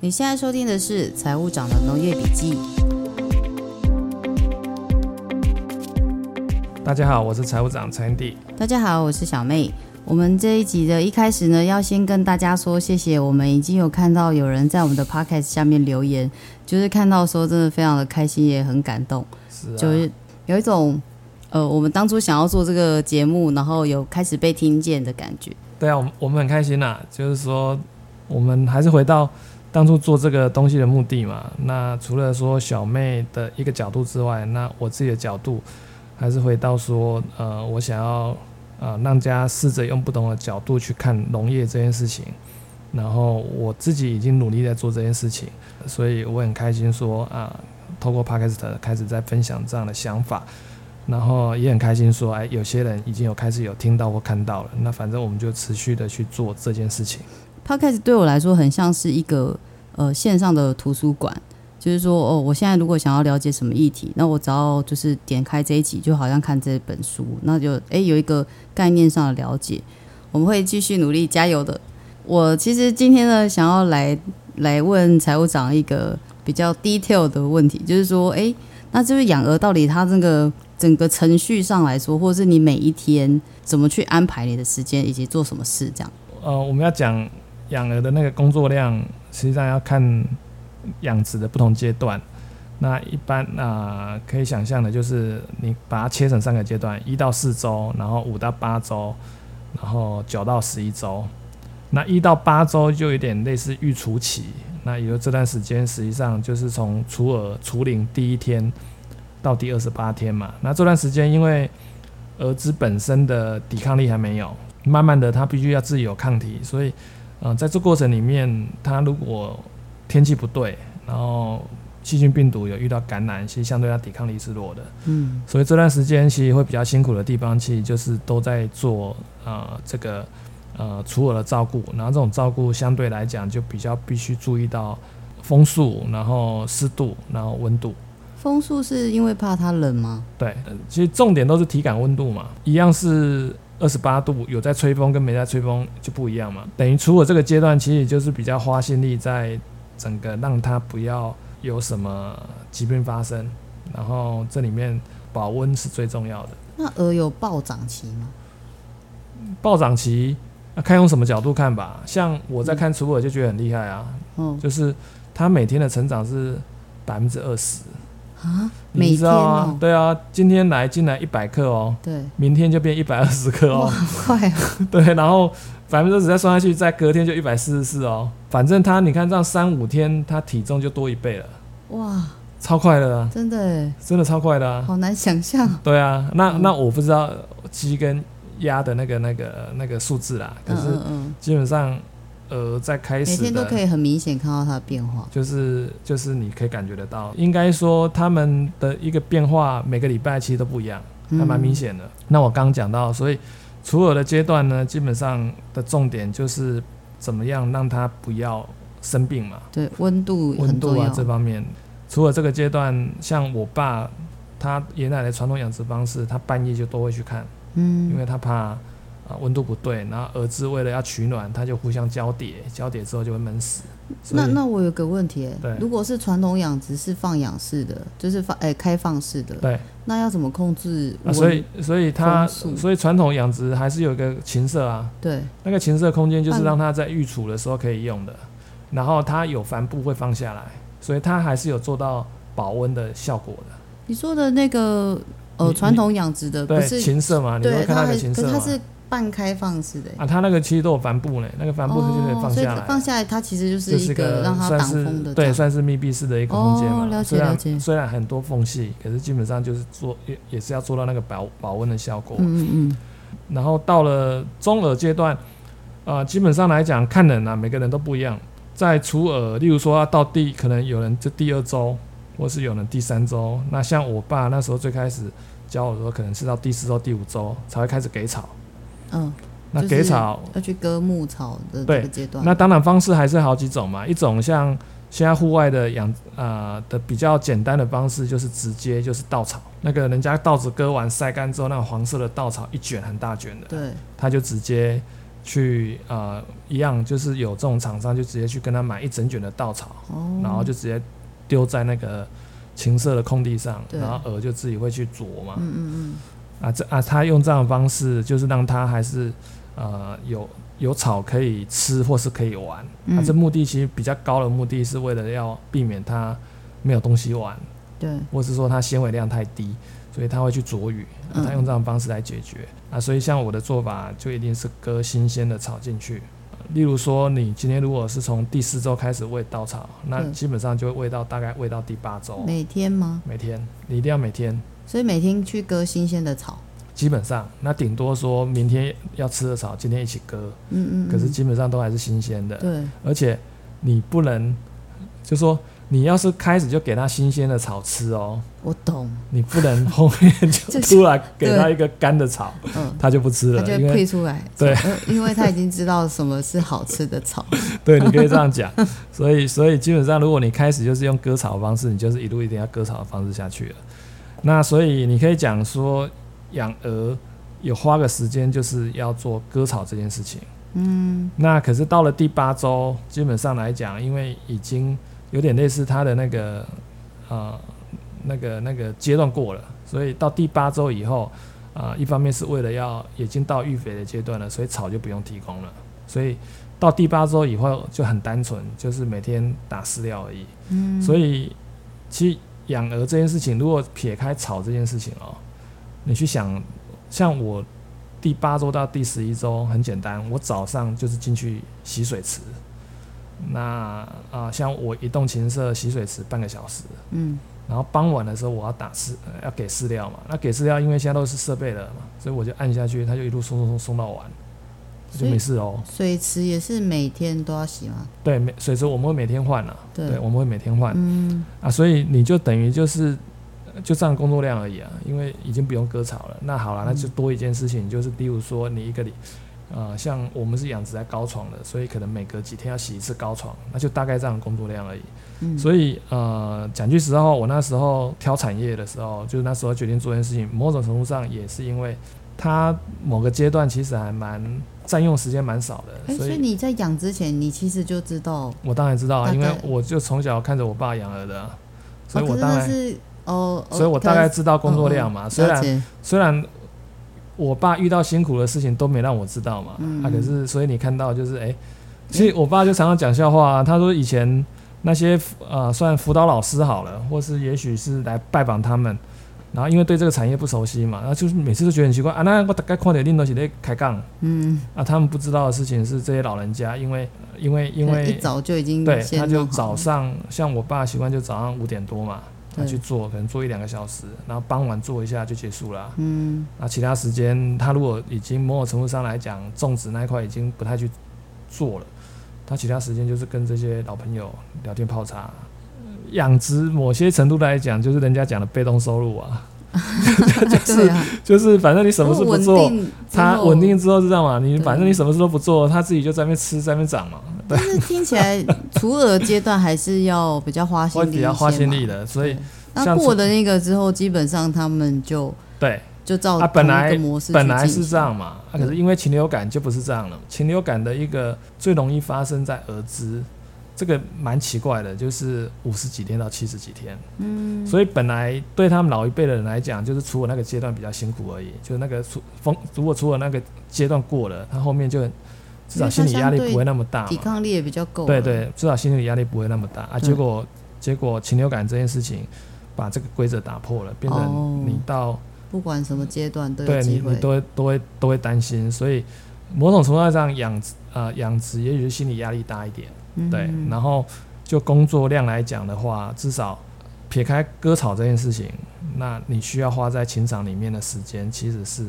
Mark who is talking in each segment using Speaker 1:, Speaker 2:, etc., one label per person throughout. Speaker 1: 你现在收听的是《财务长的农业笔记》。
Speaker 2: 大家好，我是财务长陈迪。
Speaker 1: 大家好，我是小妹。我们这一集的一开始呢，要先跟大家说谢谢，我们已经有看到有人在我们的 podcast 下面留言，就是看到说真的非常的开心，也很感动，
Speaker 2: 是啊，
Speaker 1: 就是有一种呃，我们当初想要做这个节目，然后有开始被听见的感觉。
Speaker 2: 对啊，我们我们很开心呐、就是说我们还是回到当初做这个东西的目的嘛。那除了说小妹的一个角度之外，那我自己的角度还是回到说，呃，我想要呃让大家试着用不同的角度去看农业这件事情。然后我自己已经努力在做这件事情，所以我很开心说啊、透过 Podcast 开始在分享这样的想法。然后也很开心说，哎，有些人已经有开始有听到或看到了，那反正我们就持续的去做这件事情。
Speaker 1: Podcast 对我来说很像是一个呃线上的图书馆，就是说哦，我现在如果想要了解什么议题，那我只要就是点开这一集，就好像看这本书，那就诶有一个概念上的了解。我们会继续努力，加油的。我其实今天呢，想要来来问财务长一个比较 detail 的问题，就是说，诶，那就是养鹅到底它这个整个程序上来说，或者是你每一天怎么去安排你的时间，以及做什么事这样。
Speaker 2: 呃，我们要讲养鹅的那个工作量，实际上要看养殖的不同阶段。那一般啊、可以想象的就是你把它切成三个阶段：一到四周，然后五到八周，然后九到十一周。那一到八周就有点类似预雏期，那也就这段时间实际上就是从雏鹅雏龄第一天到第二十八天嘛。那这段时间因为鹅只本身的抵抗力还没有，慢慢的它必须要自己有抗体，所以，呃，在这过程里面，它如果天气不对，然后细菌病毒有遇到感染，其实相对它抵抗力是弱的，
Speaker 1: 嗯，
Speaker 2: 所以这段时间其实会比较辛苦的地方，其实就是都在做呃这个呃雏鹅的照顾，然后这种照顾相对来讲就比较必须注意到风速，然后湿度，然后温度。
Speaker 1: 风速是因为怕它冷吗？
Speaker 2: 对，呃其实重点都是体感温度嘛，一样是二十八度，有在吹风跟没在吹风就不一样嘛。等于除了这个阶段，其实就是比较花心力在整个让它不要有什么疾病发生，然后这里面保温是最重要的。
Speaker 1: 那鹅有暴涨期吗？
Speaker 2: 暴涨期，那、看用什么角度看吧。像我在看楚尔就觉得很厉害啊，
Speaker 1: 哦
Speaker 2: 就是它每天的成长是百分之二十，
Speaker 1: 啊，每
Speaker 2: 你知
Speaker 1: 天
Speaker 2: 道啊
Speaker 1: 哦？，
Speaker 2: 对啊，今天来进来一百克哦，
Speaker 1: 对，
Speaker 2: 明天就变一百二十克
Speaker 1: 哇，
Speaker 2: 哦。
Speaker 1: 很快啊！
Speaker 2: 对，然后百分之二十再算下去，再隔天就一百四十四哦。反正他你看这样三五天，他体重就多一倍了，
Speaker 1: 哇，
Speaker 2: 超快的啊，
Speaker 1: 真的耶，
Speaker 2: 真的超快的啊。
Speaker 1: 好难想象哦。
Speaker 2: 对啊，那
Speaker 1: 嗯
Speaker 2: 那我不知道鸡跟鸭的那个那个那个数字啦，可
Speaker 1: 嗯
Speaker 2: 是
Speaker 1: 嗯嗯，
Speaker 2: 基本上呃在开
Speaker 1: 每
Speaker 2: 始
Speaker 1: 天都可
Speaker 2: 的。
Speaker 1: 以很明显看到它的变化。
Speaker 2: 就是就是你可以感觉得到，应该说他们的一个变化，每个礼拜其实都不一样。还蛮明显的。嗯那我刚讲到，所以除耳的阶段呢，基本上的重点就是怎么样让它不要生病嘛，
Speaker 1: 嗯。对，温度
Speaker 2: 温
Speaker 1: 很重
Speaker 2: 度
Speaker 1: 要
Speaker 2: 啊。这方面。除了这个阶段，像我爸他爷爷奶奶传统养殖方式，他半夜就都会去看，因
Speaker 1: 嗯，
Speaker 2: 为他怕啊、呃温度不对，然后儿子为了要取暖，他就互相交叠，交叠之后就会闷死。所以
Speaker 1: 那那我有个问题耶
Speaker 2: 对，
Speaker 1: 如果是传统养殖是放养式的，就是放哎开放式的，
Speaker 2: 对，
Speaker 1: 那要怎么控制
Speaker 2: 啊、
Speaker 1: 温？
Speaker 2: 所以所以他
Speaker 1: 风速
Speaker 2: 所以传统养殖还是有一个禽舍啊，
Speaker 1: 对，
Speaker 2: 那个情色空间就是
Speaker 1: 嗯
Speaker 2: 让它在预储的时候可以用的，然后它有帆布会放下来，所以它还是有做到保温的效果的。
Speaker 1: 你说的那个呃
Speaker 2: 你
Speaker 1: 传统养殖的呃不
Speaker 2: 对，
Speaker 1: 是
Speaker 2: 情色嘛，啊你
Speaker 1: 对
Speaker 2: 会看
Speaker 1: 它
Speaker 2: 到一
Speaker 1: 还
Speaker 2: 个
Speaker 1: 可
Speaker 2: 情
Speaker 1: 是
Speaker 2: 色
Speaker 1: 它
Speaker 2: 嘛。
Speaker 1: 是半开放式的耶。
Speaker 2: 啊，它那个其实都有帆布呢，那个帆布它就可以放下
Speaker 1: 哦、所
Speaker 2: 来，
Speaker 1: 以放下来，它其实就是
Speaker 2: 这
Speaker 1: 一
Speaker 2: 是
Speaker 1: 个让它
Speaker 2: 算
Speaker 1: 挡
Speaker 2: 是
Speaker 1: 风的这
Speaker 2: 对，
Speaker 1: 样，
Speaker 2: 算是密闭式的一个空间嘛。
Speaker 1: 哦了解
Speaker 2: 虽然
Speaker 1: 了解
Speaker 2: 虽然很多缝隙，可是基本上就是做也也是要做到那个保保温的效果。
Speaker 1: 嗯嗯
Speaker 2: 然后到了中耳阶段，啊，基本上来讲看人啊，每个人都不一样。在除耳，例如说要到第，可能有人就第二周，或是有人第三周。那像我爸那时候最开始教我的时候，可能是到第四周、第五周才会开始给草。
Speaker 1: 嗯嗯，
Speaker 2: 那
Speaker 1: 就是
Speaker 2: 给草，
Speaker 1: 要去割牧草的这
Speaker 2: 对
Speaker 1: 个阶段，
Speaker 2: 那当然方式还是好几种嘛。一种像现在户外的养啊、的比较简单的方式，就是直接就是稻草，那个人家稻子割完晒干之后，那个黄色的稻草一卷很大卷的，
Speaker 1: 对，
Speaker 2: 他就直接去呃一样，就是有这种厂商就直接去跟他买一整卷的稻草，
Speaker 1: 哦，
Speaker 2: 然后就直接丢在那个青色的空地上，
Speaker 1: 对
Speaker 2: 然后鹅就自己会去啄嘛。
Speaker 1: 嗯嗯
Speaker 2: 啊，这啊，他用这样的方式，就是让他还是呃有有草可以吃，或是可以玩。
Speaker 1: 嗯，
Speaker 2: 啊，这
Speaker 1: 嗯
Speaker 2: 目的其实比较高的目的是为了要避免它没有东西玩，
Speaker 1: 对，
Speaker 2: 或是说它纤维量太低，所以它会去啄羽。啊
Speaker 1: 嗯
Speaker 2: 他用这样的方式来解决。啊，所以像我的做法就一定是割新鲜的草进去。例如说，你今天如果是从第四周开始喂稻草，那
Speaker 1: 嗯
Speaker 2: 基本上就会喂到大概喂到第八周，
Speaker 1: 每天吗？
Speaker 2: 每天你一定要每天，
Speaker 1: 所以每天去割新鲜的草，
Speaker 2: 基本上那顶多说明天要吃的草今天一起割，
Speaker 1: 嗯嗯，嗯
Speaker 2: 可是基本上都还是新鲜的。
Speaker 1: 对，
Speaker 2: 而且你不能就说你要是开始就给它新鲜的草吃哦，
Speaker 1: 我懂，
Speaker 2: 你不能后面就
Speaker 1: 就是
Speaker 2: 突然给
Speaker 1: 对
Speaker 2: 它一个干的草，
Speaker 1: 嗯，
Speaker 2: 它就不吃
Speaker 1: 它
Speaker 2: 了，
Speaker 1: 就
Speaker 2: 因
Speaker 1: 会
Speaker 2: 为
Speaker 1: 配出来，
Speaker 2: 对
Speaker 1: 呃，因为它已经知道什么是好吃的草，
Speaker 2: 对，你可以这样讲。所以，所以基本上，如果你开始就是用割草的方式，你就是一路一定要割草的方式下去了。那所以你可以讲说，养鹅有花个时间就是要做割草这件事情。
Speaker 1: 嗯，
Speaker 2: 那可是到了第八周，基本上来讲，因为已经有点类似它的那个呃那个那个阶段过了，所以到第八周以后，啊、一方面是为了要已经到育肥的阶段了，所以草就不用提供了，所以到第八周以后就很单纯，就是每天打饲料而已。
Speaker 1: 嗯
Speaker 2: 所以其实养鹅这件事情，如果撇开草这件事情哦，你去想，像我第八周到第十一周很简单，我早上就是进去洗水池。那啊、像我一栋禽舍洗水池半个小时，
Speaker 1: 嗯
Speaker 2: 然后傍晚的时候我要打饲、呃要给饲料嘛。那给饲料，因为现在都是设备了嘛，所以我就按下去，它就一路送送送送到晚，就
Speaker 1: 所以
Speaker 2: 没事哦。
Speaker 1: 水池也是每天都要洗吗？
Speaker 2: 对，每水池我们会每天换啊，
Speaker 1: 对
Speaker 2: 对，我们会每天换。
Speaker 1: 嗯，
Speaker 2: 啊，所以你就等于就是呃就占工作量而已啊，因为已经不用割草了。那好了，那就
Speaker 1: 嗯
Speaker 2: 多一件事情，就是例如说你一个礼，呃，像我们是养殖在高床的，所以可能每隔几天要洗一次高床，那就大概这样的工作量而已。
Speaker 1: 嗯
Speaker 2: 所以呃，讲句实话，我那时候挑产业的时候，就是那时候决定做这件事情，某种程度上也是因为它某个阶段其实还蛮占用时间蛮少的，
Speaker 1: 哎，
Speaker 2: 所
Speaker 1: 所以
Speaker 2: 以
Speaker 1: 你在养之前，你其实就知道，
Speaker 2: 我当然知道啊，
Speaker 1: 大
Speaker 2: 因为
Speaker 1: 概
Speaker 2: 我就从小看着我爸养儿的啊、所以
Speaker 1: 哦
Speaker 2: 我
Speaker 1: 可是
Speaker 2: 当
Speaker 1: 那
Speaker 2: 然。
Speaker 1: 是哦，哦
Speaker 2: 所以我大概知道工作量嘛。
Speaker 1: 可是
Speaker 2: 虽
Speaker 1: 哦了
Speaker 2: 然
Speaker 1: 解，
Speaker 2: 虽然我爸遇到辛苦的事情都没让我知道嘛，
Speaker 1: 嗯
Speaker 2: 啊，可是所以你看到就是哎、其实我爸就常常讲笑话、啊，他说以前那些呃算辅导老师好了，或是也许是来拜访他们。然后因为对这个产业不熟悉嘛，然后就是每次都觉得很奇怪啊。那我大概看点另东西在开杠
Speaker 1: 嗯，
Speaker 2: 啊，他们不知道的事情是这些老人家，因为因为因
Speaker 1: 可能
Speaker 2: 为
Speaker 1: 一早就已经
Speaker 2: 对，
Speaker 1: 嗯先
Speaker 2: 他就
Speaker 1: 弄好
Speaker 2: 早
Speaker 1: 了
Speaker 2: 上，像我爸习惯就早上五点多嘛，他
Speaker 1: 对
Speaker 2: 去做，可能做一两个小时，然后傍晚做一下就结束了啊。
Speaker 1: 嗯
Speaker 2: 那其他时间，他如果已经某种程度上来讲，种植那一块已经不太去做了，他其他时间就是跟这些老朋友聊天泡茶。
Speaker 1: 嗯
Speaker 2: 养殖某些程度来讲，就是人家讲的被动收入啊，
Speaker 1: 对啊，
Speaker 2: 就是反正你什么事不
Speaker 1: 稳
Speaker 2: 做，
Speaker 1: 定之
Speaker 2: 他
Speaker 1: 后
Speaker 2: 稳定。之后是这样嘛，你
Speaker 1: 对
Speaker 2: 反正你什么事都不做，他自己就在那边吃，在那边长嘛。
Speaker 1: 但是听起来除了阶段还是要比较花心
Speaker 2: 会
Speaker 1: 力一些嘛，
Speaker 2: 比较花心力的，所以
Speaker 1: 对。那
Speaker 2: 像
Speaker 1: 过
Speaker 2: 除
Speaker 1: 了那个之后，基本上他们就
Speaker 2: 对，
Speaker 1: 就照
Speaker 2: 啊本
Speaker 1: 同一
Speaker 2: 来
Speaker 1: 个模式去
Speaker 2: 本来
Speaker 1: 进
Speaker 2: 是
Speaker 1: 行
Speaker 2: 这样嘛，啊、可是因为禽流感就不是这样了。禽流感的一个最容易发生在儿子，这个蛮奇怪的，就是五十几天到七十几天。嗯，所以本来对他们老一辈的人来讲，就是除了那个阶段比较辛苦而已，就是那个除风，如果除了那个阶段过了，他后面就很至少心理压力不会那么大嘛
Speaker 1: 抵。抗力也比较够了。啊
Speaker 2: 对对，至少心理压力不会那么大啊。
Speaker 1: 对
Speaker 2: 结果结果禽流感这件事情，把这个规则打破了，变
Speaker 1: 哦
Speaker 2: 成你到。
Speaker 1: 不管什么阶段都有
Speaker 2: 对
Speaker 1: 机
Speaker 2: 你，你
Speaker 1: 会。
Speaker 2: 都会都会都会担心，所以某种程度上养殖呃养殖也许是心理压力大一点，
Speaker 1: 嗯
Speaker 2: 对。
Speaker 1: 嗯
Speaker 2: 然后就工作量来讲的话，至少撇开割草这件事情，那你需要花在情场里面的时间其实是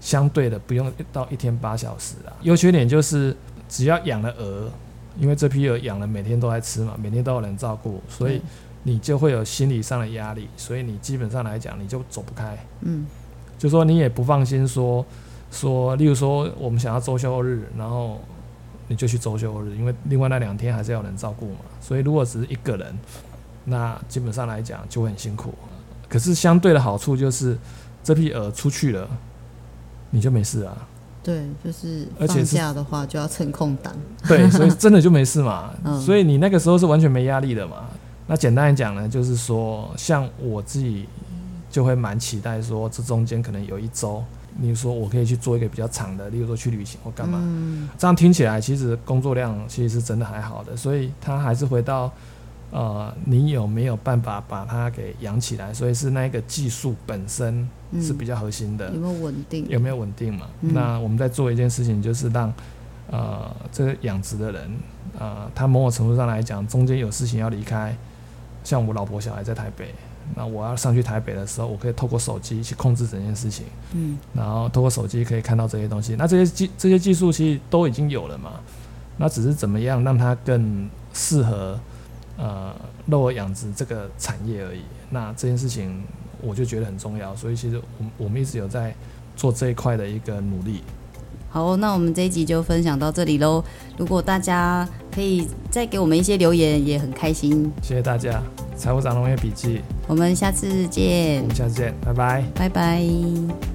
Speaker 2: 相对的，不用到一天八小时啊。优缺点就是只要养了鹅，因为这批鹅养了每天都在吃嘛，每天都有人照顾，所以
Speaker 1: 对
Speaker 2: 你就会有心理上的压力，所以你基本上来讲你就走不开。
Speaker 1: 嗯
Speaker 2: 就说你也不放心说说，例如说我们想要周休日，然后你就去周休日，因为另外那两天还是要有人照顾嘛。所以如果只是一个人，那基本上来讲就会很辛苦。可是相对的好处就是，这批鹅出去了，你就没事啊。
Speaker 1: 对，就是
Speaker 2: 而且
Speaker 1: 放
Speaker 2: 是
Speaker 1: 假的话就要趁空档，
Speaker 2: 对，所以真的就没事嘛。
Speaker 1: 嗯
Speaker 2: 所以你那个时候是完全没压力的嘛。那简单来讲呢，就是说，像我自己就会蛮期待说，这中间可能有一周，你说我可以去做一个比较长的，例如说去旅行或干嘛。
Speaker 1: 嗯，
Speaker 2: 这样听起来，其实工作量其实是真的还好的，所以它还是回到呃，你有没有办法把它给养起来？所以是那个技术本身
Speaker 1: 嗯
Speaker 2: 是比较核心的。
Speaker 1: 有没有稳定？
Speaker 2: 有没有稳定嘛？
Speaker 1: 嗯
Speaker 2: 那我们在做一件事情，就是让呃这个养殖的人，呃，他某种程度上来讲，中间有事情要离开，像我老婆小孩在台北，那我要上去台北的时候，我可以透过手机去控制整件事情，
Speaker 1: 嗯
Speaker 2: 然后透过手机可以看到这些东西。那这些技这些技术其实都已经有了嘛，那只是怎么样让它更适合呃肉鹅养殖这个产业而已。那这件事情我就觉得很重要，所以其实我我们一直有在做这一块的一个努力。
Speaker 1: 好哦、那我们这一集就分享到这里喽。如果大家可以再给我们一些留言，也很开心。
Speaker 2: 谢谢大家，财务长农业笔记，
Speaker 1: 我们下次见
Speaker 2: 我，们下次见，拜拜。
Speaker 1: 拜拜。